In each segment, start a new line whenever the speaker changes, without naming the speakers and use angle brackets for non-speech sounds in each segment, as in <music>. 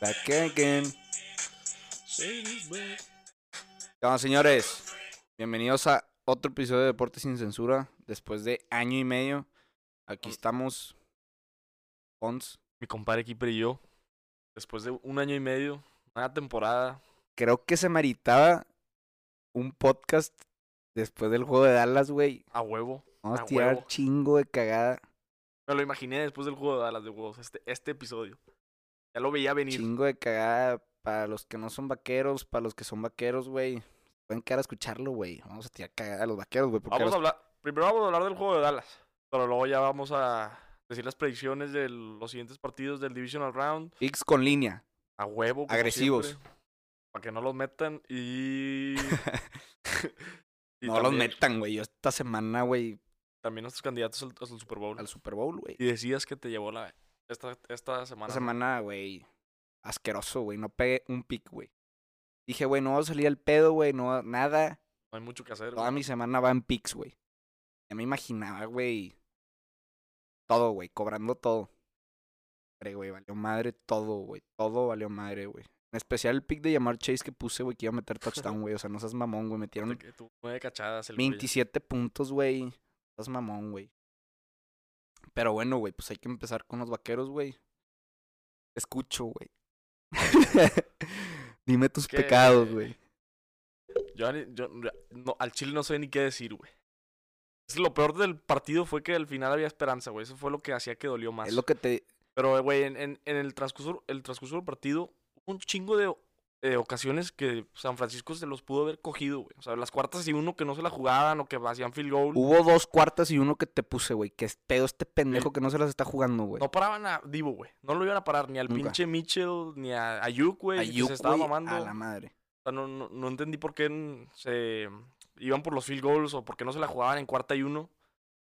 Back again. Bueno, señores, bienvenidos a otro episodio de Deportes sin Censura. Después de año y medio, aquí estamos. Pons,
Mi compadre Kipper y yo, después de un año y medio, una temporada,
creo que se meritaba un podcast después del juego de Dallas, güey.
a huevo.
Vamos a
A
tirar
huevo.
chingo de cagada,
Me lo imaginé después del juego de Dallas de huevos, este, este episodio. Ya lo veía venir.
chingo de cagada para los que no son vaqueros, para los que son vaqueros, güey. Pueden quedar a escucharlo, güey. Vamos a tirar cagada a los vaqueros, güey. porque a
Vamos
los-
a hablar, primero vamos a hablar del juego de Dallas, pero luego ya vamos a decir las predicciones de los siguientes partidos del Divisional Round.
Picks con línea.
A huevo. como
Agresivos.
siempre, Para que no los metan
<laughs>
y... <laughs> y
no los
también-
metan, güey. Yo esta semana, güey,
También nuestros candidatos al, al Super Bowl.
al Super Bowl, güey.
Y decías que te llevó la... Esta, esta semana.
Esta
¿no?
semana, güey, asqueroso, güey. No pegué un pick, güey. Dije, güey, no va a salir al pedo, güey. No, nada.
No hay mucho que hacer.
Toda
güey.
mi semana va en picks, güey. Ya me imaginaba, güey. Todo, güey. Cobrando todo. Pero, güey, valió madre todo, güey. Todo valió madre, güey. En especial el pick de llamar Chase que puse, güey, que iba a
<laughs>
meter touchdown, güey. O sea, no seas mamón, güey. Metieron
Fíjate que tuvo nueve cachadas el güey.
27 puntos, güey. Estás mamón, güey. Pero bueno, güey, pues hay que empezar con los vaqueros, güey. Te Escucho, güey. <laughs> Dime tus
que- eh,
pecados, güey.
Yo, ni- yo- ya- no, al Chile no sé ni qué decir, güey. Es Lo peor del partido fue que al final había esperanza, güey. Eso fue lo que hacía que dolió más.
Es lo que te.
Pero, eh, güey, en, en- en el, transcurso, el transcurso del partido, un chingo de, o- de ocasiones que San Francisco se los pudo haber cogido, güey. O sea, las cuartas y uno que no se la jugaban o que hacían field goal.
Hubo dos cuartas y uno que te puse, güey. Que es pedo este pendejo que no se las está jugando, güey.
No paraban a Divo, güey. No lo iban a parar ni al
Nunca.
pinche Mitchell, ni a Ayuk, güey. que
Ayuk,
pues, Se estaba
güey,
mamando.
A la madre.
O sea, no, no, no entendí por qué en- se iban por los field goals o por qué no se la jugaban en cuarta y uno.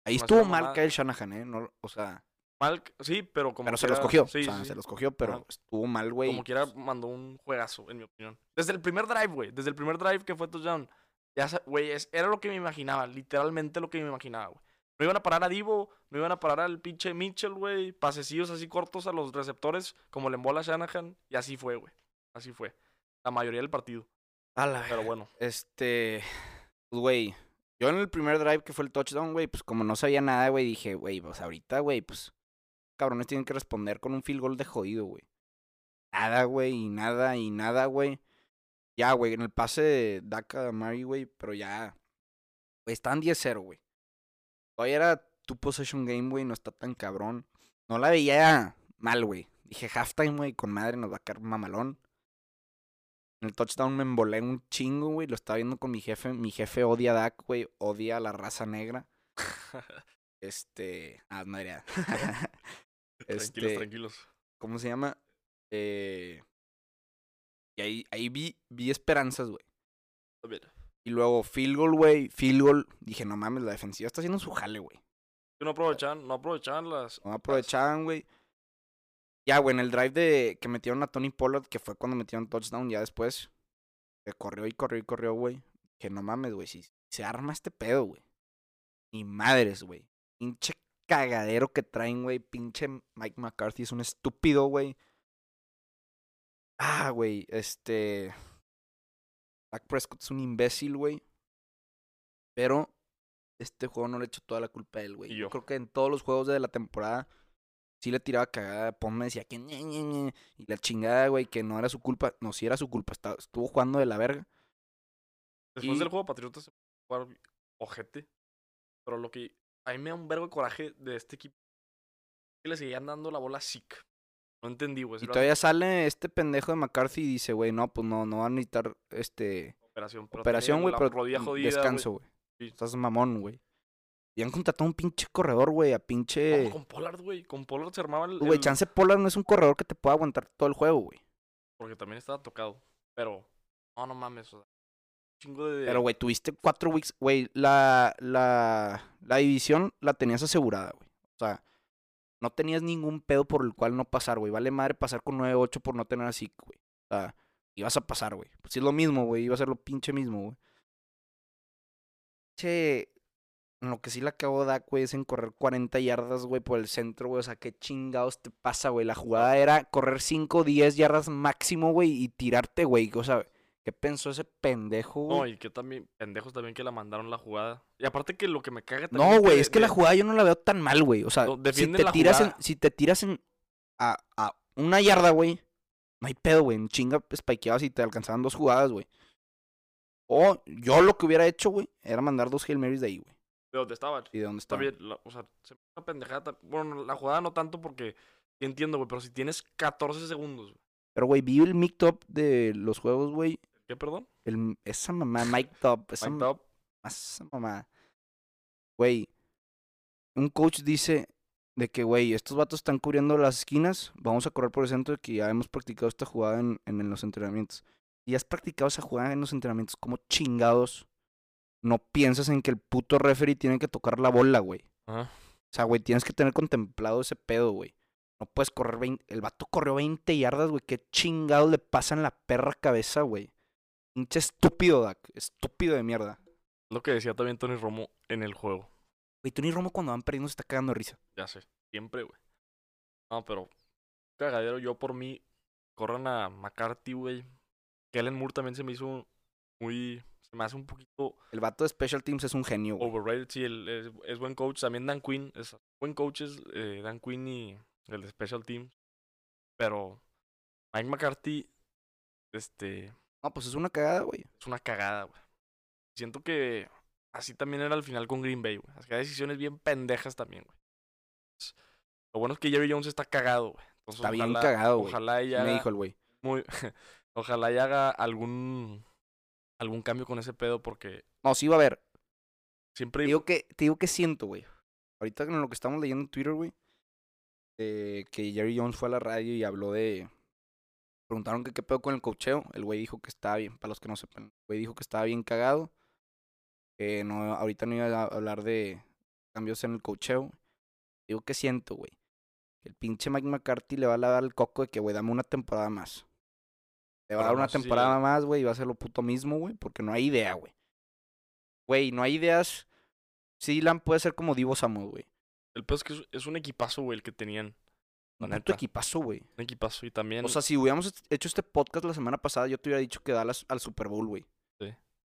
Ahí
No, es
estuvo
una
mal
mamada.
Kyle Shanahan, ¿eh? No, o sea,
Mal, sí, pero como
pero se los
quiera-
cogió.
sí,
o
sí,
sea,
sí.
se los cogió, pero
Ajá.
estuvo mal, güey. pues.
Como quiera mandó un juegazo, en mi opinión. Desde el primer drive, güey. Desde el primer drive que fue touchdown. Ya, sa- güey, es- era lo que me imaginaba. Literalmente lo que me imaginaba, güey. No iban a parar a Divo, no iban a parar al pinche Mitchell, güey. Pasecillos así cortos a los receptores, como le embola Shanahan. Y así fue, güey. Así fue. La mayoría del partido.
A la
Pero bueno.
Este, pues, güey, yo en el primer drive que fue el touchdown, güey, pues como no sabía nada, güey, dije, güey, pues ahorita, güey, pues cabrones tienen que responder con un field goal de jodido, güey. Nada, güey, y nada, y nada, güey. Ya, güey, en el pase de Daka a Mari, güey, pero ya, güey, están 10-0, güey. Hoy era tu possession game, güey, no está tan cabrón. No la veía mal, güey. Dije, halftime, güey, con madre nos va a caer mamalón. En el touchdown me embolé un chingo, güey. Lo estaba viendo con mi jefe. Mi jefe odia a Dak, güey. Odia a la raza negra. Este. Ah, no era.
Tranquilos,
<laughs> Este,
tranquilos.
¿Cómo se llama? Eh, Y ahí, ahí vi, vi esperanzas, güey.
A ver,
Y luego field goal, güey. Field goal. Dije, no mames, la defensiva está haciendo su jale, güey.
que no aprovechaban, no aprovechaban las.
No aprovechaban, güey. Ya, güey, en el drive de que metieron a Tony Pollard, que fue cuando metieron touchdown, ya después, que corrió y corrió y corrió, güey. Que no mames, güey, si se arma este pedo, güey. Ni madres, güey. Pinche cagadero que traen, güey. Pinche Mike McCarthy es un estúpido, güey. Ah, güey, este... Dak Prescott es un imbécil, güey. Pero este juego no le echo toda la culpa a él, güey.
Y
Yo
yo.
creo que en todos los juegos de la temporada sí le tiraba cagada. Pon me decía que... ñe, ñe, ñe, Y la chingada, güey, que no era su culpa. No, sí era su culpa. estaba- estuvo jugando de la verga.
Después
Y-
del juego Patriotas se jugar ojete. Pero lo que. A mí me da un verbo de coraje de este equipo. Que le seguían dando la bola a Zeke. No entendí, güey.
Y
si Pues lo
todavía sale este pendejo de McCarthy y dice, güey, no, pues no, no va a necesitar este
hacen Operación, pero
operación,
tenían
güey,
la
pero
rodilla
mm,
jodida, güey.
descanso, güey.
Sí.
Estás mamón, güey. Y han contratado a un pinche corredor, güey, a
No,
pinche...
con Pollard, güey. Con Pollard se armaba el.
Güey,
el-
Chance Pollard no es un corredor que te pueda aguantar todo el juego, güey.
Porque también estaba tocado. Pero. No, no mames. O sea, chingo de.
Pero, güey, tuviste cuatro weeks, güey, la, la, la división la tenías asegurada, güey. O sea, no tenías ningún pedo por el cual no pasar, güey. Vale madre pasar con 9-8 por no tener así, güey. O sea, ibas a pasar, güey. Pues sí es lo mismo, güey, iba a ser lo pinche mismo, güey. Che, En lo que sí la acabó Dak, güey, es en correr 40 yardas, güey, por el centro, güey. O sea, qué chingados te pasa, güey. La jugada era correr 5 o 10 yardas máximo, güey, y tirarte, güey. O sea, ¿qué pensó ese pendejo,
No,
güey?
y que también, pendejos también que la mandaron la jugada. Y aparte que lo que me caga también.
No, güey,
de-
es que la
de-
jugada yo no la veo tan mal, güey. O sea,
No,
si
defienden
te
la
tiras en,
jugada.
si te tiras en a, a una yarda, güey, no hay pedo, güey. En chinga spikeabas y te alcanzaban dos jugadas, güey. O yo lo que hubiera hecho, güey, era mandar dos Hail Marys de ahí, güey.
De donde estaban.
¿Y de dónde está?
Está bien, la- o sea, se me hace una pendejada. tan- Bueno, la jugada no tanto porque sí entiendo, güey, pero si tienes 14 segundos, güey.
Pero, güey, vi el mic top de los juegos, güey.
¿Qué, perdón?
El- esa mamá, Mike Top, esa,
Mike
ma-
Top.
esa mamá. Güey, un coach dice de que, güey, estos vatos están cubriendo las esquinas, vamos a correr por el centro, que ya hemos practicado esta jugada en, en- en los entrenamientos. Y has practicado esa jugada en los entrenamientos, como chingados. No piensas en que el puto referee tiene que tocar la bola, güey.
Ajá.
O sea, güey, tienes que tener contemplado ese pedo, güey. No puedes correr 20. El vato corrió 20 yardas, güey. Qué chingados le pasa en la perra cabeza, güey. Pinche estúpido, Dak. Estúpido de mierda.
Lo que decía también Tony Romo en el juego.
Güey, Tony Romo cuando van perdiendo se está cagando de risa.
Ya sé, siempre, güey. No, pero cagadero, yo por mí corran a McCarthy, güey. Kellen Moore también se me hizo muy se me hace un poquito
El vato de Special Teams es un genio, güey.
overrated, sí, él es, es buen coach, también Dan Quinn, es buen coaches eh, Dan Quinn y el de Special Teams. Pero Mike McCarthy este
No, pues es una cagada, güey.
es una cagada, güey. Siento que así también era al final con Green Bay, güey. Hacía decisiones bien pendejas también, güey. Es- Lo bueno es que Jerry Jones está cagado, güey. Entonces,
Está bien cagado, güey.
Ojalá y
Me
haga
dijo el güey.
muy- <laughs> ojalá y haga algún algún cambio con ese pedo porque
No, sí va a haber.
siempre
Te digo que, te digo que siento, güey. Ahorita con lo que estamos leyendo en Twitter, güey. de que Jerry Jones fue a la radio y habló de. Preguntaron que qué pedo con el cocheo. El güey dijo que estaba bien, para los que no sepan. El güey dijo que estaba bien cagado. Que no, ahorita no iba a hablar de cambios en el cocheo. Digo que siento, güey. Que el pinche Mike McCarthy le va a lavar el coco de que, güey, dame una temporada más. Le va a
Pero
dar
Ah, no eh.
una
sé si-
temporada más, güey, y va a ser lo puto mismo, güey, porque no hay idea, güey. Güey, no hay ideas. Silan puede ser como Divo Samuel, güey.
el pedo es que es, es un equipazo, güey, el que tenían. La
Un
neta.
puto equipazo, güey.
Un equipazo y también
O sea, si hubiéramos est- hecho este podcast la semana pasada, yo te hubiera dicho que Dallas al Super Bowl, güey.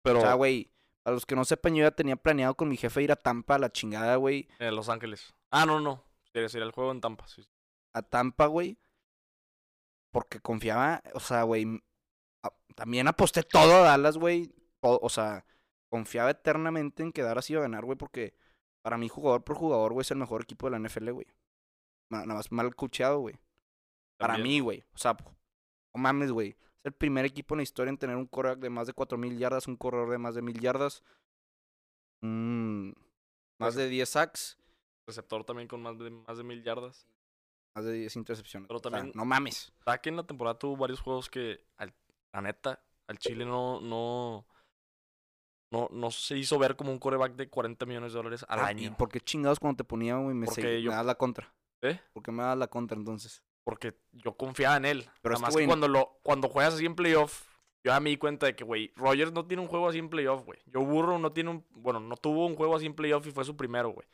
pero
O sea, güey, para los que no sepan, yo ya tenía planeado con mi jefe ir a Tampa a la chingada, güey.
en Los Ángeles. Ah, no, no. Sería, sería el juego en Tampa, sí. sí.
A Tampa, güey. Porque confiaba, o sea, güey. m- a- También aposté todo a Dallas, güey. O, o sea, confiaba eternamente en que Dallas iba a ganar, güey, porque para mí, jugador por jugador, güey, es el mejor equipo de la NFL, güey. Ma- Nada más mal cucheado, güey. Para
También.
mí, güey. O sea, po- no mames, güey. Es el primer equipo en la historia en tener un coreback de más de 4.000 yardas, un corredor de más de 1.000 yardas, un- más de 10 sacks,
Receptor también con más de, más de mil yardas.
más de 10 intercepciones.
Pero
O sea,
también-
no mames.
Dak en la temporada tuvo varios juegos que, al- la neta, al Chile no, no, no, no se hizo ver como un coreback de 40 millones de dólares al
Ah, ¿Y
año.
por qué chingados cuando te ponía, güey, me,
Porque
segui- me
yo-
das la contra?
¿Eh?
¿Por qué me das la contra entonces?
Porque yo confiaba en él.
Pero
Pero
es que,
Además,
güey,
cuando, lo, cuando juegas así en playoff, yo ya me di cuenta de que, güey, Rogers no tiene un juego así en playoff, güey. Yo Burrow no tiene un, bueno, no tuvo un juego así en playoff y fue su primero, güey.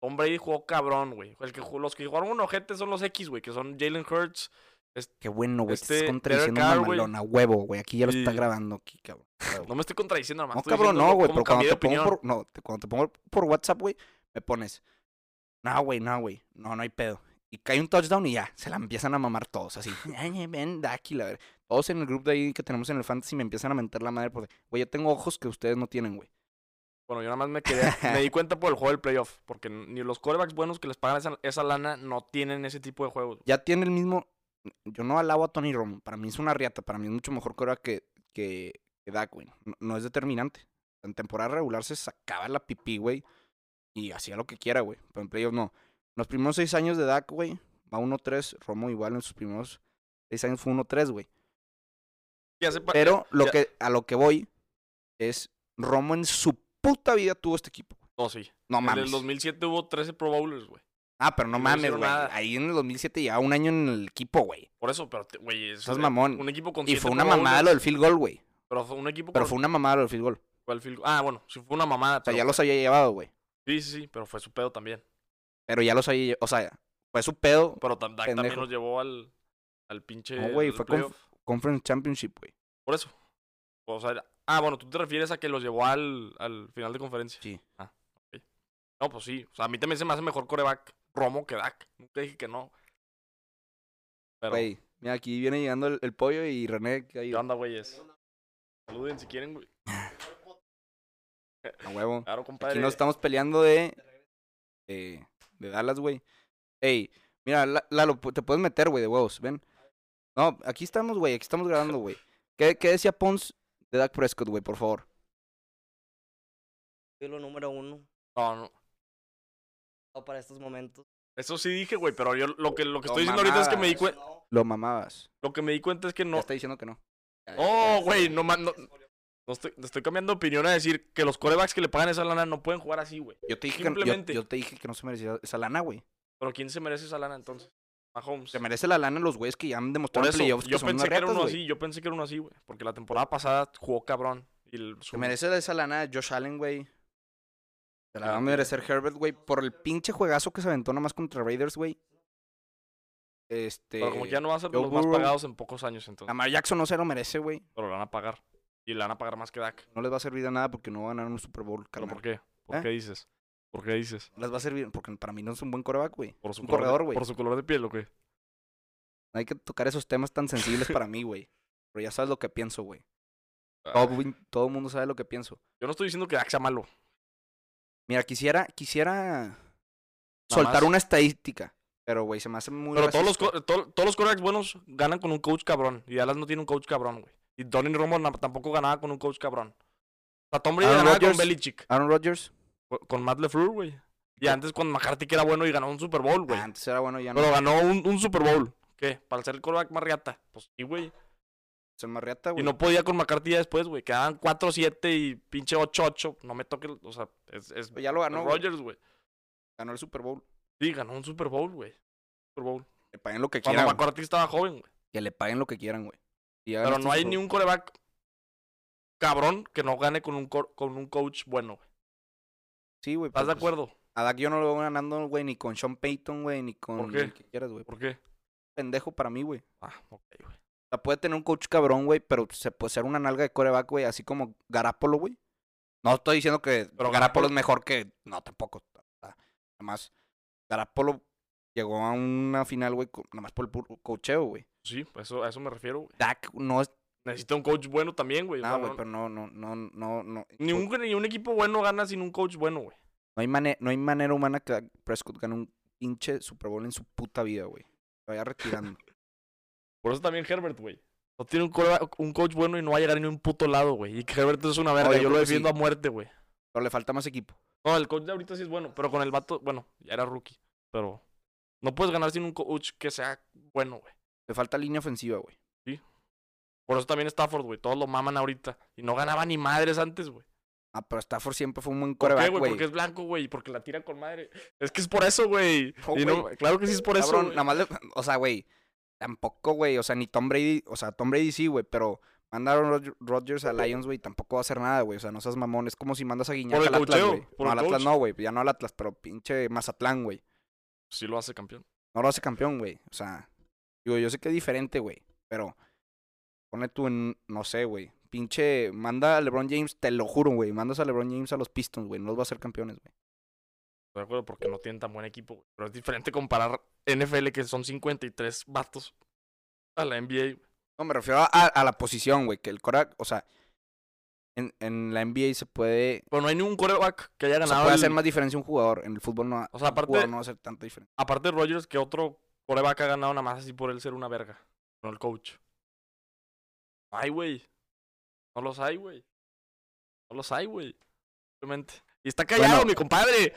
Tom Brady jugó cabrón, güey. El que ju- Los que jugaron un ojete son los X, güey, que son Jalen Hurts.
Qué bueno, güey. te
Este,
estás
Derek
contradiciendo
Carr, güey.
mamalona, huevo, güey. Aquí ya lo está
Y-
grabando aquí, cabrón. huevo.
No me estoy contradiciendo, nada más
No,
estoy
cabrón,
diciendo
no, güey,
cómo
pero cuando
cambié de
te, pongo
opinión.
por, no, te- cuando te pongo por WhatsApp, güey, me pones, no, güey, no, güey, no, no hay pedo. Y cae un touchdown y ya, se la empiezan a mamar todos, así, <laughs> "Ay, ven, da aquí, la ver. Todos en el grupo de ahí que tenemos en el fantasy me empiezan a mentar la madre porque, güey, yo tengo ojos que ustedes no tienen, güey.
Bueno, yo nada más me quedé. me di cuenta por el juego del playoff. Porque ni los corebacks buenos que les pagan esa, esa lana no tienen ese tipo de juegos.
Ya tiene el mismo, yo no alabo a Tony Romo, para mí es una riata, para mí es mucho mejor que que, que, que Dak, güey. No, no es determinante. En temporada regular se sacaba la pipí, güey, y hacía lo que quiera, güey, pero en playoffs no. los primeros seis años de Dak, güey, va 1-3. Romo igual en sus primeros seis años fue 1-3, güey.
Ya sepa-
Pero lo
ya-
que, a lo que voy es, Romo en su puta vida tuvo este equipo. güey.
No, sí.
No
En
mames.
el 2007 hubo 13 Pro Bowlers, güey.
Ah, pero no
no
mames,
hicieron
güey.
nada.
Ahí en el 2007 llevaba un año en el equipo, güey.
Por eso, pero, te- güey. Es,
Estás
eh,
mamón.
Un equipo con
Y fue
siete
una
Pro
mamada lo
Bowlers,
del field goal, güey.
Pero fue un equipo
Pero
con-
fue una mamada lo del field goal. O
con el field- Ah, bueno, sí fue una mamada.
sea,
pero
ya los había llevado, güey.
Sí, sí, sí, pero fue su pedo también.
Pero ya los había. O sea, fue su pedo.
Pero tam- Dak también
Pendejo.
nos llevó al, al pinche.
No, güey,
al
fue
playoff.
conf- Conference Championship, güey.
Por eso. O sea, era- ah, bueno, tú te refieres a que los llevó al, al final de conferencia.
Sí.
Ah, ok. No, pues sí. O sea, a mí también se me hace mejor coreback Romo que Dak. Nunca dije que no. Pero,
Güey, mira, aquí viene llegando el, el pollo y René
¿qué
cayó.
onda, güeyes? Saluden si quieren, güey.
A huevo.
Claro, compadre.
Aquí nos estamos peleando de. De, de Dallas, güey. Ey, mira, La- Lalo, pu- te puedes meter, güey, de huevos, ven. No, aquí estamos, güey, aquí estamos grabando, güey. ¿Qué, qué decía Pons de Dak Prescott, güey, por favor?
lo número uno
No, no.
o para estos momentos.
Eso sí dije, güey, pero yo lo que, lo que
No
estoy diciendo ahorita es que me di
mamadas.
cuenta.
Lo mamabas.
Lo que me di cuenta es que
Ya
no.
está diciendo que no.
Oh, güey, no, ma- no, no estoy, estoy cambiando de opinión a decir que los corebacks que le pagan esa lana no pueden jugar así, güey.
Yo te dije que, no- yo,
Simplemente.
yo te dije que no se merecía esa lana, güey.
Pero ¿quién se merece esa lana entonces? Mahomes.
Se merece la lana los güeyes que ya han
Por
demostrado en
eso,
playoffs que
yo
son unas
pensé que era
ratas,
uno
güey.
así, yo pensé que era uno así, güey. Porque la temporada pasada jugó cabrón. Y el- su-
Se merece esa lana Josh Allen, güey. Se la va a
Claro.
merecer Herbert, güey, por el pinche juegazo que se aventó nomás contra Raiders, güey. Este.
Pero como que ya no va a ser de
Joe
los más
Burrow.
pagados en pocos años, entonces.
Lamar Jackson no se lo merece, güey.
Pero lo van a pagar. Y le van a pagar más que Dak.
No les va a servir de nada porque no van a ganar un Super Bowl,
¿Pero
carnal.
por qué? ¿Por
¿Eh?
qué dices? ¿Por qué dices?
No les va a servir porque para mí no es un buen coreback, güey.
¿Por su
Un
color de-
corredor, güey.
¿Por su color de piel o qué?
No hay que tocar esos temas tan sensibles para mí, güey. Pero ya sabes lo que pienso,
<laughs>
güey.
Ah,
Todo, todo el mundo sabe lo que pienso.
Yo no estoy diciendo que Dak sea malo.
Mira, quisiera, quisiera
Nada
soltar
más.
una estadística. Pero, güey, se me hace muy
Pero todos los,
racista.
co- to- todos los quarterbacks buenos ganan con un coach cabrón. Y Dallas no tiene un coach cabrón, güey. Y Donny Romo na- tampoco ganaba con un coach cabrón. O sea, Tom Brady
Aaron
ganaba
Rodgers.
con Belichick.
Aaron Rodgers.
co- Con Matt LeFleur, güey. Y antes con McCarthy que era bueno y ganó un Super Bowl, güey.
Ah, antes era bueno, ya no.
Pero ganó un, un Super Bowl. ¿Qué? Para ser el quarterback más riata. Pues sí, güey.
Se me reata,
Y
Ah, güey.
no podía con McCarthy ya después, güey. Quedaban 4-7 y pinche 8-8. No me toque. el- O sea, es, es
Pero Pues ya lo ganó. güey.
Rogers, güey.
Ganó el Super Bowl.
Sí, ganó un Super Bowl, güey. Super Bowl.
Que paguen lo que
Cuando
quieran. güey.
McCarthy estaba joven, güey.
Que le paguen lo que quieran, güey. Y ya
Pero
ganaste
no hay
Super
ni
Bowl.
un coreback cabrón que no gane con un, cor- con un coach bueno. güey.
Sí, güey.
¿Estás
pero
de
pues,
acuerdo?
A Dak yo no lo veo ganando, güey, ni con Sean Payton, güey, ni con
qué?
el que quieras, güey.
¿Por qué?
Pendejo para mí, güey.
Ah, ok, güey.
O sea, puede tener un coach cabrón, güey, pero se puede ser una nalga de coreback, güey, así como Garapolo, güey. No estoy diciendo que
Pero
Garapolo
Garoppolo-
es mejor que. No, tampoco. Además, Garapolo llegó a una final, güey, co- nomás por el puro cocheo, güey.
Sí, a eso, a eso me refiero, güey.
Dak no es.
Necesita un coach bueno también, güey. O sea,
Nada, güey,
no-
pero no, no, no, no. no.
ni, un, ni un equipo bueno gana sin un coach bueno, güey.
No hay, mane- no hay manera humana que Dak Prescott gane un pinche Super Bowl en su puta vida, güey. Se vaya retirando.
<laughs> Por eso también Herbert, güey. No tiene un, quarterback- un coach bueno y no va a llegar ni un puto lado, güey. Y que Herbert es una verga.
yo
yo,
creo
lo
que sí.
defiendo a muerte, güey.
pero le falta más equipo.
No, el coach de ahorita sí es bueno. Pero con el vato, bueno, ya era rookie. Pero no puedes ganar sin un coach que sea bueno, güey.
Le falta línea ofensiva, güey.
Por eso también Stafford, güey. Todos lo maman ahorita. Y no ganaba ni madres antes, güey.
Ah, pero Stafford siempre fue un buen
¿Por qué,
coreback,
güey? Porque
güey.
es blanco, güey. y Porque la tira con madre. Es que es por eso, güey.
No,
Y no- claro que sí es por eso.
Cabrón,
güey.
nada más le- <laughs> O sea, güey. Tampoco, güey. O sea, ni Tom Brady. O sea, Tom Brady sí, güey. Pero mandaron Rodgers a Lions, güey. Tampoco va a hacer nada, güey. O sea, no seas mamón. Es como si mandas a Guiñac
Por el
al Atlas,
coacheo,
güey.
por
No,
el
al Atlas
coach.
no, güey. Ya no al Atlas, pero pinche Mazatlán, güey.
Sí lo hace campeón.
No lo hace campeón, güey. O sea, digo, yo sé que es diferente, güey. Pero pone tú en, no sé, güey. Pinche, manda a LeBron James, te lo juro, güey. Mandas a LeBron James a los Pistons, güey. No los va a hacer campeones, güey.
Estoy de acuerdo porque no tienen tan buen equipo, güey. Pero es diferente comparar NFL, que son 53 vatos, a la NBA. güey.
No, me refiero a, a la posición, güey. Que el Korak, o sea, en, en la NBA se puede.
Pero no hay ningún quarterback que haya
O sea,
ganado.
puede
el-
hacer más diferencia un jugador. En el fútbol no, va-
O sea,
un
aparte-
jugador no va a hacer tanta diferencia.
Aparte de Rogers, que otro quarterback ha ganado nada más así por él ser una verga. No el coach. Ay, güey. No los hay, güey. No los hay, güey. Simplemente. Y está callado,
Bueno,
mi compadre.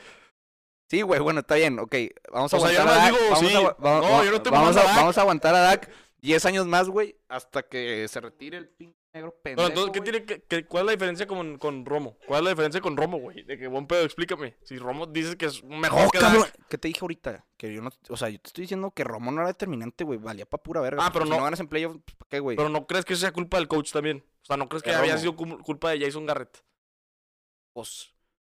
Sí, güey, bueno, está bien. Ok, vamos a
O sea, yo
aguantar a Dak.
nomás digo,
vamos,
sí.
a, agua- va-
No,
va-
yo no estoy
vamos, a,
mamando a Dak.
vamos a aguantar a Dak 10 años más, güey, hasta que se retire el pinche negro pendejo.
Pero entonces, ¿qué
güey.
tiene que, que- ¿cuál es la diferencia con, con Romo? ¿Cuál es la diferencia con Romo, güey? De que buen pedo, explícame. Si Romo dices que es mejor
Oh,
que
cabrón.
Dak.
¿Qué te dije ahorita? Que yo no, o sea, yo te estoy diciendo que Romo no era determinante, güey, valía pa' pura verga.
Ah, pero
si
no-
no ganas en playoff, pues, ¿pa' qué, güey?
Pero no crees que eso sea culpa del coach también. O sea, no crees que
De
había
Romo.
sido cul- culpa de Jason Garrett.
Pues,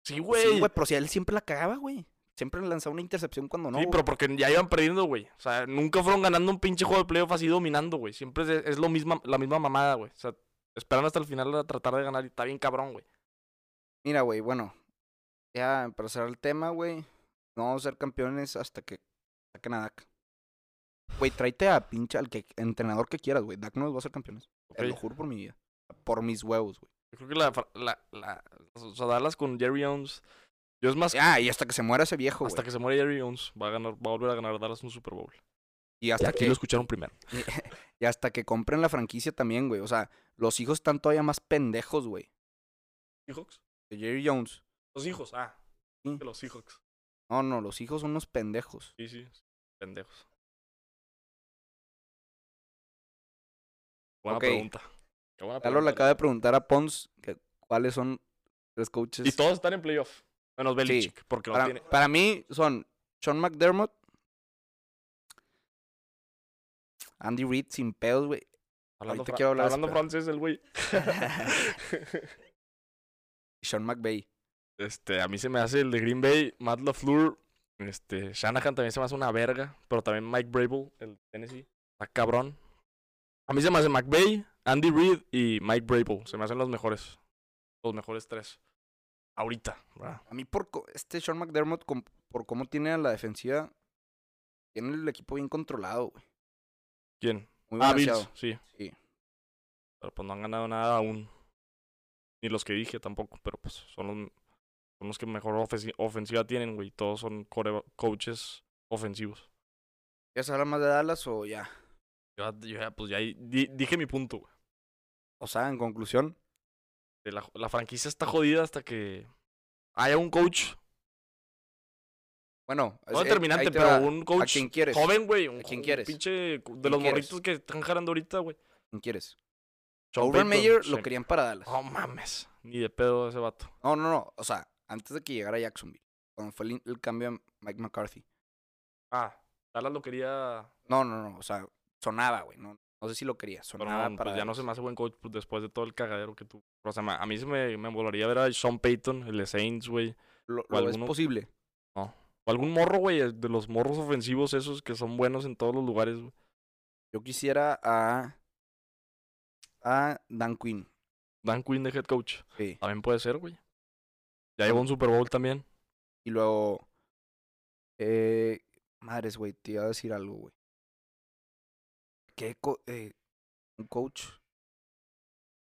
Sí,
Sí,
güey.
güey, pero si él siempre la cagaba, güey. Siempre lanzaba una intercepción cuando no.
Sí,
güey.
pero porque ya iban perdiendo, güey. O sea, nunca fueron ganando un pinche juego de playoff así dominando, güey. Siempre es, es lo misma, la misma mamada, güey. O sea, esperan hasta el final a tratar de ganar y está bien cabrón, güey.
Mira, güey, bueno. Ya, para cerrar el tema, güey. No vamos a ser campeones hasta que saquen a Dak. Güey, tráete a pinche al que, entrenador que quieras, güey. Dak no nos va a ser campeones. Te
Ok.
Lo juro por mi vida. Por mis huevos, güey.
Yo creo que la, fra- la, la- o sea, Dallas con Jerry Jones. Yo es más,
Ah, y hasta que se muera ese viejo,
hasta
güey.
que se muera Jerry Jones, va a ganar, va a volver a ganar Dallas un Super Bowl.
Y hasta
Aquí
que
lo escucharon primero.
Y <laughs> hasta que compren la franquicia también, güey. O sea, los hijos están todavía más pendejos, güey.
¿Seahawks?
De Jerry Jones.
Los hijos, ah.
Sí.
Los Seahawks.
No, no, los hijos son unos pendejos.
Sí, sí. Pendejos. Buena
Ok.
pregunta. Qué buena
Carlos le
pregunta.
acaba de preguntar a Pons que cuáles son los coaches.
Y todos están en playoff. Menos Belichick, porque no
para,
tiene.
para mí son Sean McDermott, Andy Reid sin pedos, güey. ahorita
fra-
quiero hablar,
hablando
espera.
francés
<laughs>
el güey. <laughs>
y Sean McVay.
este, a mí se me hace el de Green Bay, Matt LaFleur, este, Shanahan también se me hace una verga, pero también Mike Brable, el de Tennessee, está cabrón. A mí se me hace McVay, Andy Reid y Mike Brable, se me hacen los mejores. Los mejores tres. Ahorita, ¿verdad?
A mí por co- este Sean McDermott, com- por cómo tiene a la defensiva, tiene el equipo bien controlado, güey.
¿Quién?
Muy
Ah,
balanceado.
Bills, sí.
Sí.
Pero pues no han ganado nada aún. Ni los que dije tampoco, pero pues son los, son los que mejor ofensi- ofensiva tienen, güey. Todos son core- coaches ofensivos.
¿Quieres hablar más de Dallas o ya?
Yo, ya- yo ya, pues ya ahí di- dije mi punto, güey.
O sea, en conclusión,
De La, la franquicia está jodida hasta que haya un coach.
bueno,
No
es- eh,
determinante,
ahí te
pero
va.
un
a
coach
quien quieres,
joven, güey. Un,
¿A quién
jo- un
quieres?
pinche cu- de
¿Quién
los
quieres?
morritos que están jarando ahorita, güey.
quien quieres.
Sean
Urban
Payton, Oh.
Meyer lo
Shane-
querían para Dallas.
No mames. Ni de pedo ese vato.
No, no, no, o sea, antes de que llegara Jacksonville, cuando fue el, el cambio a Mike McCarthy.
Ah, Dallas lo quería
No, no, no, o sea, sonaba, güey, no, no sé si lo quería,
Pero
sonaba
no,
Ah, para
pues ya no se
Dallas.
me hace buen coach pues, después de todo el cagadero que tuvo. O sea, ma- a mí se me, me volaría ver a Sean Payton, el de Saints, güey.
Lo,
o
lo es
alguno-
posible.
O algún morro, güey, el de los morros ofensivos esos que son buenos en todos los lugares, güey.
Yo quisiera a a Dan Quinn.
Dan Quinn de head coach.
Sí.
También puede ser, güey. Ya llevó un Super Bowl también.
Y luego eh, madres, güey, te iba a decir algo, güey. ¿Qué co- eh, un coach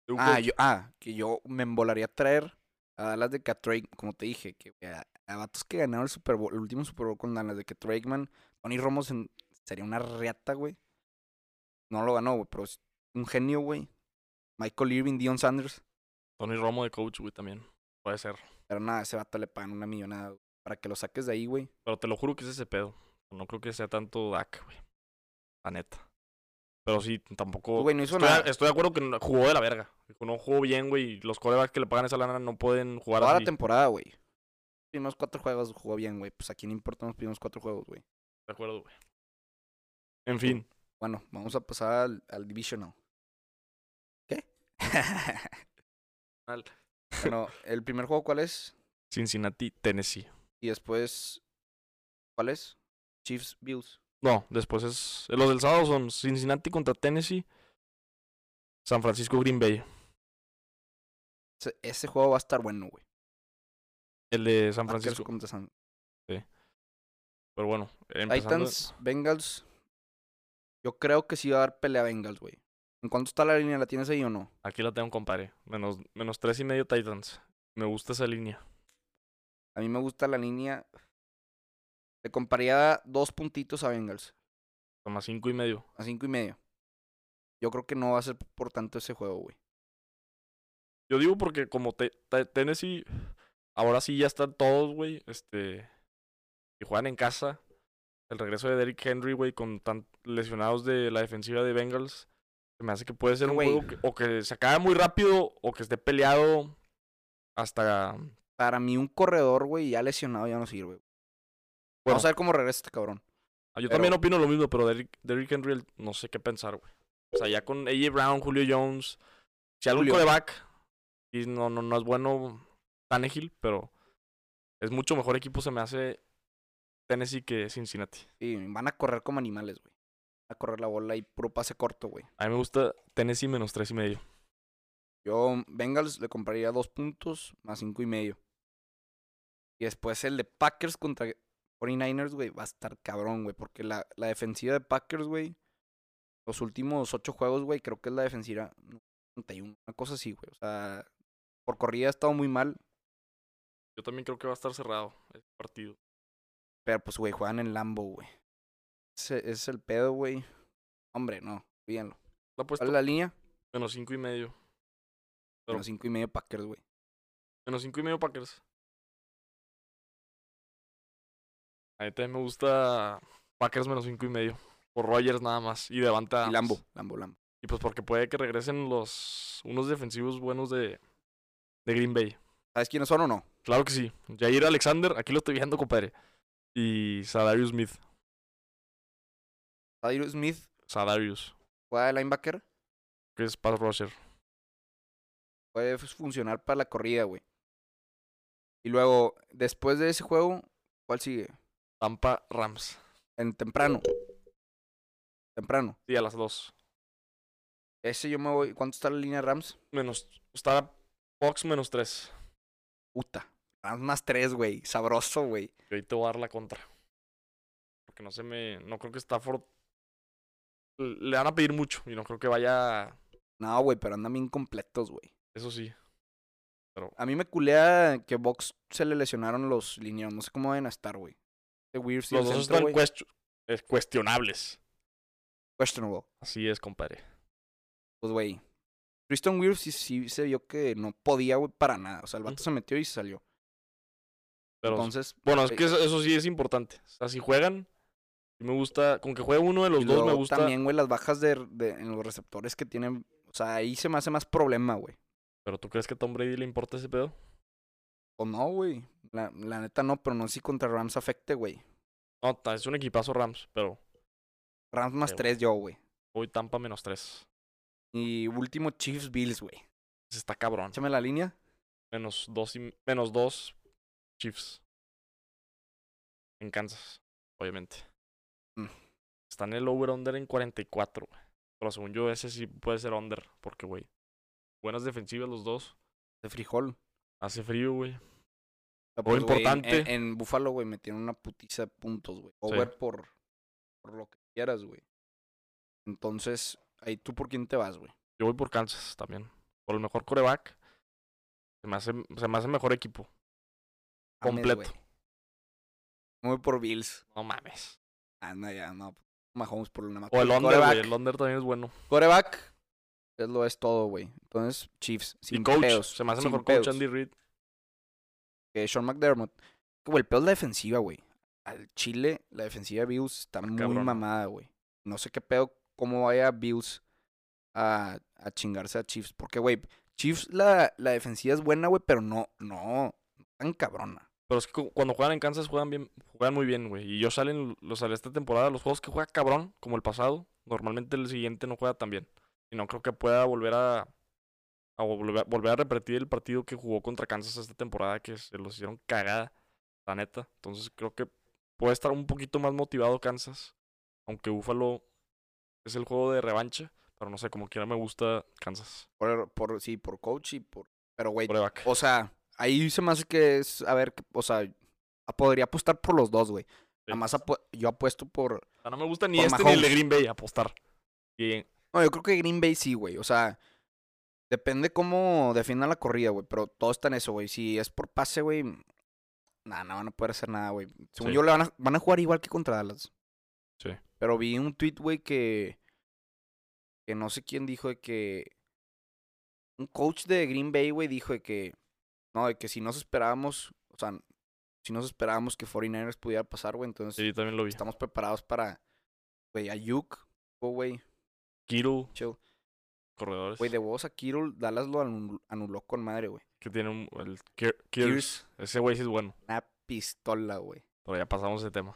De un
Ah,
coach.
yo, ah, que yo me embolaría a traer a Dallas de que a Drake, como te dije, que a, a vatos que ganaron el Super Bowl, el último Super Bowl con Dallas, de que Drakeman, Tony Romo se- sería una reata, güey. No lo ganó, güey, pero es un genio, güey. Michael Irving, Dion Sanders.
Tony Romo de coach, güey, también. Puede ser.
Pero nada, a ese vato le pagan una millonada güey, para que lo saques de ahí, güey.
Pero te lo juro que es ese pedo. No creo que sea tanto Dak, güey. La neta. Pero sí, tampoco.
Pues, Güey, no hizo
Oh, estoy,
nada.
de- estoy de acuerdo que no- jugó de la verga. No jugó bien, güey. y Los corebacks que le pagan esa lana no pueden jugar
Toda
así.
la temporada, güey. Los primeros cuatro juegos jugó bien, güey. Pues a quién le importan los primeros cuatro juegos, güey.
De acuerdo, güey. En fin,
Bueno, vamos a pasar al, al Divisional. ¿Qué?
Mal.
<laughs> Bueno, el primer juego, ¿cuál es?
Cincinnati, Tennessee.
Y después, ¿cuál es? Chiefs, Bills.
No, después es. eh, Los del sábado son Cincinnati contra Tennessee, San Francisco, Green Bay.
Ese, ese juego va a estar bueno, güey.
El de San
Packers
Francisco.
contra San-
Pero bueno, empezando.
Titans, Bengals. Yo creo que sí va a dar pelea a Bengals, güey. ¿En cuánto está la línea? ¿La tienes ahí o no?
Aquí la tengo, compadre. Menos, menos tres y medio Titans. Me gusta esa línea.
A mí me gusta la línea. Le compraría dos puntitos a Bengals,
Toma cinco y medio.
a cinco y medio. Yo creo que no va a ser por tanto ese juego, güey.
Yo digo porque como te- te- Tennessee, ahora sí ya están todos, güey, este, y juegan en casa. El regreso de Derrick Henry, güey, con tan lesionados de la defensiva de Bengals, se me hace que puede ser un
Güey.
juego que, o que se acabe muy rápido o que esté peleado hasta...
Para mí, un corredor, güey, ya lesionado ya no sirve. güey. Vamos
Bueno.
a ver cómo regresa este cabrón.
Ah, Yo
Pero-
también opino lo mismo, pero Derrick, Derrick Henry, el- no sé qué pensar, güey. O sea, ya con AJ Brown, Julio Jones, si algún
Julio.
coreback, y no, no, no es bueno Tannehill, pero Es mucho mejor equipo, se me hace Tennessee que Cincinnati.
Sí, van a correr como animales, güey. Van a correr la bola y puro pase corto, güey.
A mí me gusta Tennessee menos tres y medio.
Yo Bengals le compraría dos puntos más cinco y medio. Y después el de Packers contra 49ers, güey, va a estar cabrón, güey. Porque la, la defensiva de Packers, güey, los últimos ocho juegos, güey, creo que es la defensiva 91, una cosa así, güey. O sea, por corrida ha estado muy mal.
Yo también creo que va a estar cerrado el partido.
Pero pues, güey, juegan en Lambo, güey. Ese, ese es el pedo, güey. Hombre, no, fíjenlo.
La apuesta
¿Cuál es la línea?
menos cinco y medio. Pero-
Menos cinco y medio Packers, güey.
Menos cinco y medio Packers. A mí también me gusta Packers menos cinco y medio. Por Rogers nada más. Y Devanta.
Y Lambo, Lambo, Lambo.
Y pues porque puede que regresen los unos defensivos buenos de, de Green Bay.
¿Sabes quiénes son o no?
Claro que sí. Jair Alexander, aquí lo estoy viendo, compadre. Y Sadarius Smith.
Tyler Smith
Sadarius,
juega de linebacker.
que es pass rusher.
puede fus- funcionar para la corrida, güey. Y luego, después de ese juego, ¿cuál sigue?
Tampa Rams.
En temprano. Temprano.
Sí, a las dos.
Ese yo me voy. ¿Cuánto está la línea Rams?
Menos. Está Fox menos tres.
Puta. Rams más tres, güey. Sabroso, güey.
Y ahorita voy a dar la contra. Porque no se me. No creo que Stafford. l- Le van a pedir mucho. Y no creo que vaya.
No, güey, pero andan bien completos, güey.
Eso sí.
A mí me culea que Box se le lesionaron los lineados. No sé cómo van a estar, güey. De Weird sí,
Los
el
dos
centro,
están
güey.
cuestio- eh, cuestionables.
questionable.
Así es, compadre.
Pues, güey. Tristan Weir sí, sí se vio que no podía, güey, para nada. O sea, el vato se metió y se salió.
Pero
Entonces,
Bueno, es
Eh,
que eso, eso sí es importante. O sea, si juegan, sí me gusta. Con que juegue uno de los
Y
dos, me
luego
gusta.
También, güey, las bajas de, de- en los receptores que tienen. O sea, ahí se me hace más problema, güey.
Pero ¿tú crees que a Tom Brady le importa ese pedo?
O no, güey. La, la neta no, pero no sé si contra Rams afecte, güey.
No, ta- es un equipazo Rams, pero
Rams
Sí,
más
güey.
tres yo, güey.
hoy Tampa menos tres.
Y último, Chiefs Bills, güey.
Ese Está cabrón.
Échame la línea.
Menos dos y menos dos Chiefs. En Kansas, obviamente.
Mm.
Está en el over-under en 44, güey. Pero según yo, ese sí puede ser under, porque, güey. Buenas defensivas los dos.
De frijol. O
Hace frío, güey.
sea, pues,
Juego
güey, en- En,
importante.
en Buffalo, güey, metieron una putiza de puntos, güey. Over por, por lo que quieras, güey. Entonces, ahí tú por quién te vas, güey.
Yo voy por Kansas también. Por el mejor coreback. Se me hace, se me hace mejor equipo.
Mames,
Completo.
güey. Me voy por Bills.
No mames.
Anda ya, no. Mahomes por una
O el under,
Coreback.
güey. El under también es bueno.
Coreback. Es lo es todo, güey. Entonces, Chiefs. Sin
y coach.
pedos,
se me hace
sin
mejor
pedos.
coach Andy Reid.
Que Sean McDermott. Que, Güey, el pedo es la defensiva, güey. Al Chile, la defensiva de Bills está muy
cabrón.
mamada, güey. No sé qué pedo, cómo vaya Bills a, a chingarse a Chiefs. Porque, güey, Chiefs, la, la defensiva es buena, güey, pero no, no, no tan cabrona.
Pero es que cu- cuando juegan en Kansas juegan bien, juegan muy bien, güey. Y yo salen los sale esta temporada, los juegos que juega cabrón, como el pasado, normalmente el siguiente no juega tan bien. Y no creo que pueda volver a, a volver, volver a repetir el partido que jugó contra Kansas esta temporada, que se los hicieron cagada, la neta. Entonces creo que puede estar un poquito más motivado Kansas. Aunque Buffalo es el juego de revancha, pero no sé, como quiera me gusta Kansas.
Por, por, sí, por coach y por. Pero, güey,
Coreback.
Eh, o sea, ahí se me hace que es. A ver, o sea, podría apostar por los dos, güey. Nada más apu- yo apuesto por.
O sea, no me gusta ni
por
este ni el de
Mahomes.
Green Bay apostar. Y
No, yo creo que Green Bay sí, güey. O sea, depende cómo defiendan la corrida, güey. Pero todo está en eso, güey. Si es por pase, güey, nada, no van a poder hacer nada, güey. Según
Sí.
yo, le van a, van a jugar igual que contra Dallas.
Sí.
Pero vi un tweet, güey, que. Que no sé quién dijo de que. Un coach de Green Bay, güey, dijo de que. No, de que si nos esperábamos. O sea, si nos esperábamos que 49ers pudiera pasar, güey, entonces
sí, también lo vi.
estamos preparados para. Güey, Ayuk, güey,
Kittle,
chill.
corredores.
Güey, de voz a Kittle, Dallas lo anul- anuló con madre, güey.
Que tiene un, el Kier- Kears. Ese güey sí es bueno.
Una pistola, güey.
Pero ya pasamos ese tema.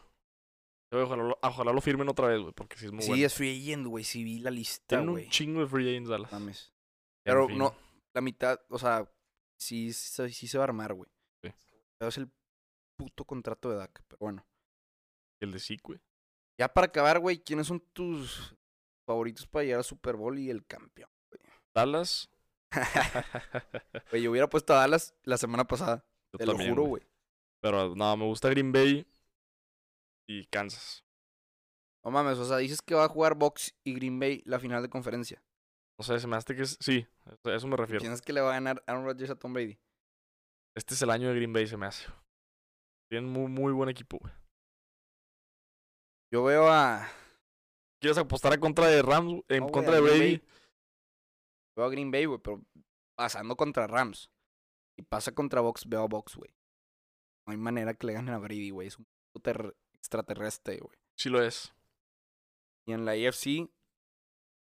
Yo, Ojalá, lo- ah, ojalá lo firmen otra vez, güey, porque sí es muy
Sí,
bueno.
es free agent, güey. Sí vi la lista,
Tienen
güey.
un chingo de free agents Dallas. En
Mames. Pero
fin.
no, la mitad, o sea, sí, se- sí, se va a armar, güey.
Sí.
Pero es el puto contrato de Dak. Pero bueno.
El de sí, güey.
Ya para acabar, güey, ¿quiénes son tus favoritos para llegar al Super Bowl y el campeón?
Dallas.
Güey, yo hubiera puesto a Dallas la semana pasada.
Yo
te lo
también,
juro, güey.
Pero no, me gusta Green Bay y Kansas.
No mames, o sea, dices que va a jugar Box y Green Bay la final de conferencia.
O sea, se me hace que es... Sí, a eso me refiero.
¿Piensas que le va a ganar Aaron Rodgers a Tom Brady?
Este es el año de Green Bay, se me hace. Tienen muy, muy buen equipo, güey.
Yo veo a.
¿Quieres apostar a contra de Rams, güey? en
no, güey,
contra
a
de
Green
Brady?
Bay. Veo a Green Bay, güey, pero pasando contra Rams. Y pasa contra Box, veo a Box, güey. No hay manera que le ganen a Brady, güey. Es un puto ter- extraterrestre, güey.
Sí lo es.
Y en la AFC,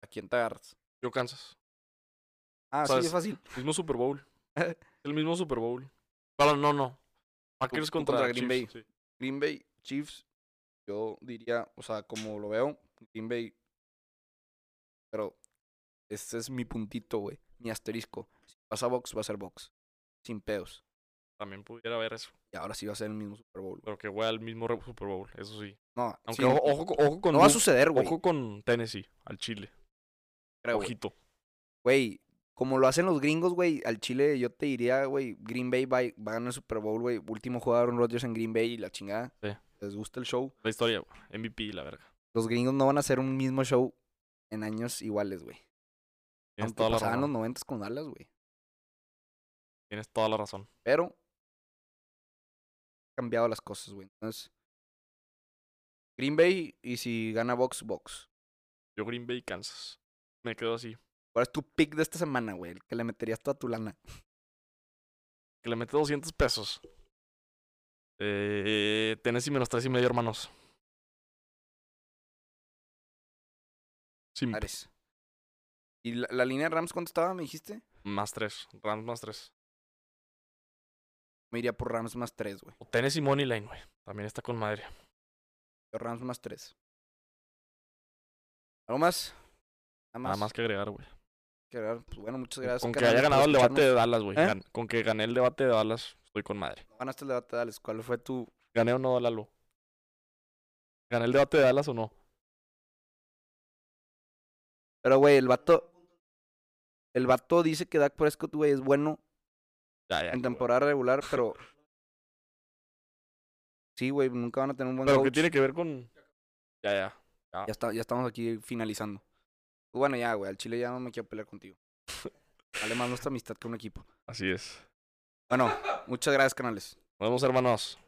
¿a quién te agarras?
Yo Kansas.
Ah,
O sea,
sí,
es-
es fácil.
Mismo Super Bowl.
<laughs>
el mismo Super Bowl. Pero no, no. Packers
tú
contra,
contra Green
Chiefs, sí.
Green Bay, Chiefs, yo diría, o sea, como lo veo, Green Bay. Pero este es mi puntito, güey. Mi asterisco. Si pasa box, va a ser box. Sin pedos.
También pudiera haber eso.
Y ahora sí va a ser el mismo Super Bowl. güey.
Pero que güey al mismo re- Super Bowl, eso sí.
No,
Aunque
sí,
ojo, ojo, ojo con
no va a
Luke,
suceder, güey.
ojo con Tennessee, al Chile.
creo, güey.
Ojito.
Güey, como lo hacen los gringos, güey, al Chile yo te diría, güey, Green Bay va, va a ganar el Super Bowl, güey. Último jugador Aaron Rodgers en Green Bay y la chingada.
Sí.
Les gusta el show.
La historia, güey. MVP, la verga.
Los gringos no van a hacer un mismo show en años iguales, güey.
Tienes
Aunque
toda la
pasaban
razón.
los 90 con Dallas, güey.
Tienes toda la razón.
Pero han cambiado las cosas, güey. Entonces, Green Bay y si gana Box, Box.
Yo Green Bay, Kansas. Me quedo así.
¿Cuál es tu pick de esta semana, güey? El que le meterías toda tu lana.
Que le mete 200 pesos. Eh, Tennessee menos tres y medio, hermanos. Sin
Ares. ¿Y la, la línea de Rams cuánto estaba, me dijiste?
más tres. Rams más tres.
Me iría por Rams más 3, güey.
O Tennessee Money Line, güey. También está con madre.
Yo Rams más 3. ¿Algo más? Nada más.
Nada más que agregar, güey.
que agregar. Pues bueno, muchas gracias.
Con que
carnal,
haya
por
ganado el debate de
escucharnos.
Dallas, güey.
¿Eh?
Gan- Con que gané el debate de Dallas, estoy con madre.
Ganaste el debate, Alex. ¿Cuál fue tu...?
¿Gané o no, Lalo? ¿Gané el debate de Dallas o no?
Pero, güey, el vato... El vato dice que Dak Prescott, güey, es bueno,
Ya, ya.
en
güey.
temporada regular, pero. Sí, güey, nunca van a tener un buen
Pero que
coach.
tiene que ver con. Ya, ya.
Ya, está- ya estamos aquí finalizando. Pues bueno, ya, güey, al Chile ya no me quiero pelear
<laughs>
contigo. Vale más nuestra amistad que un equipo.
Así es.
Bueno, muchas gracias, canales.
Nos vemos, hermanos.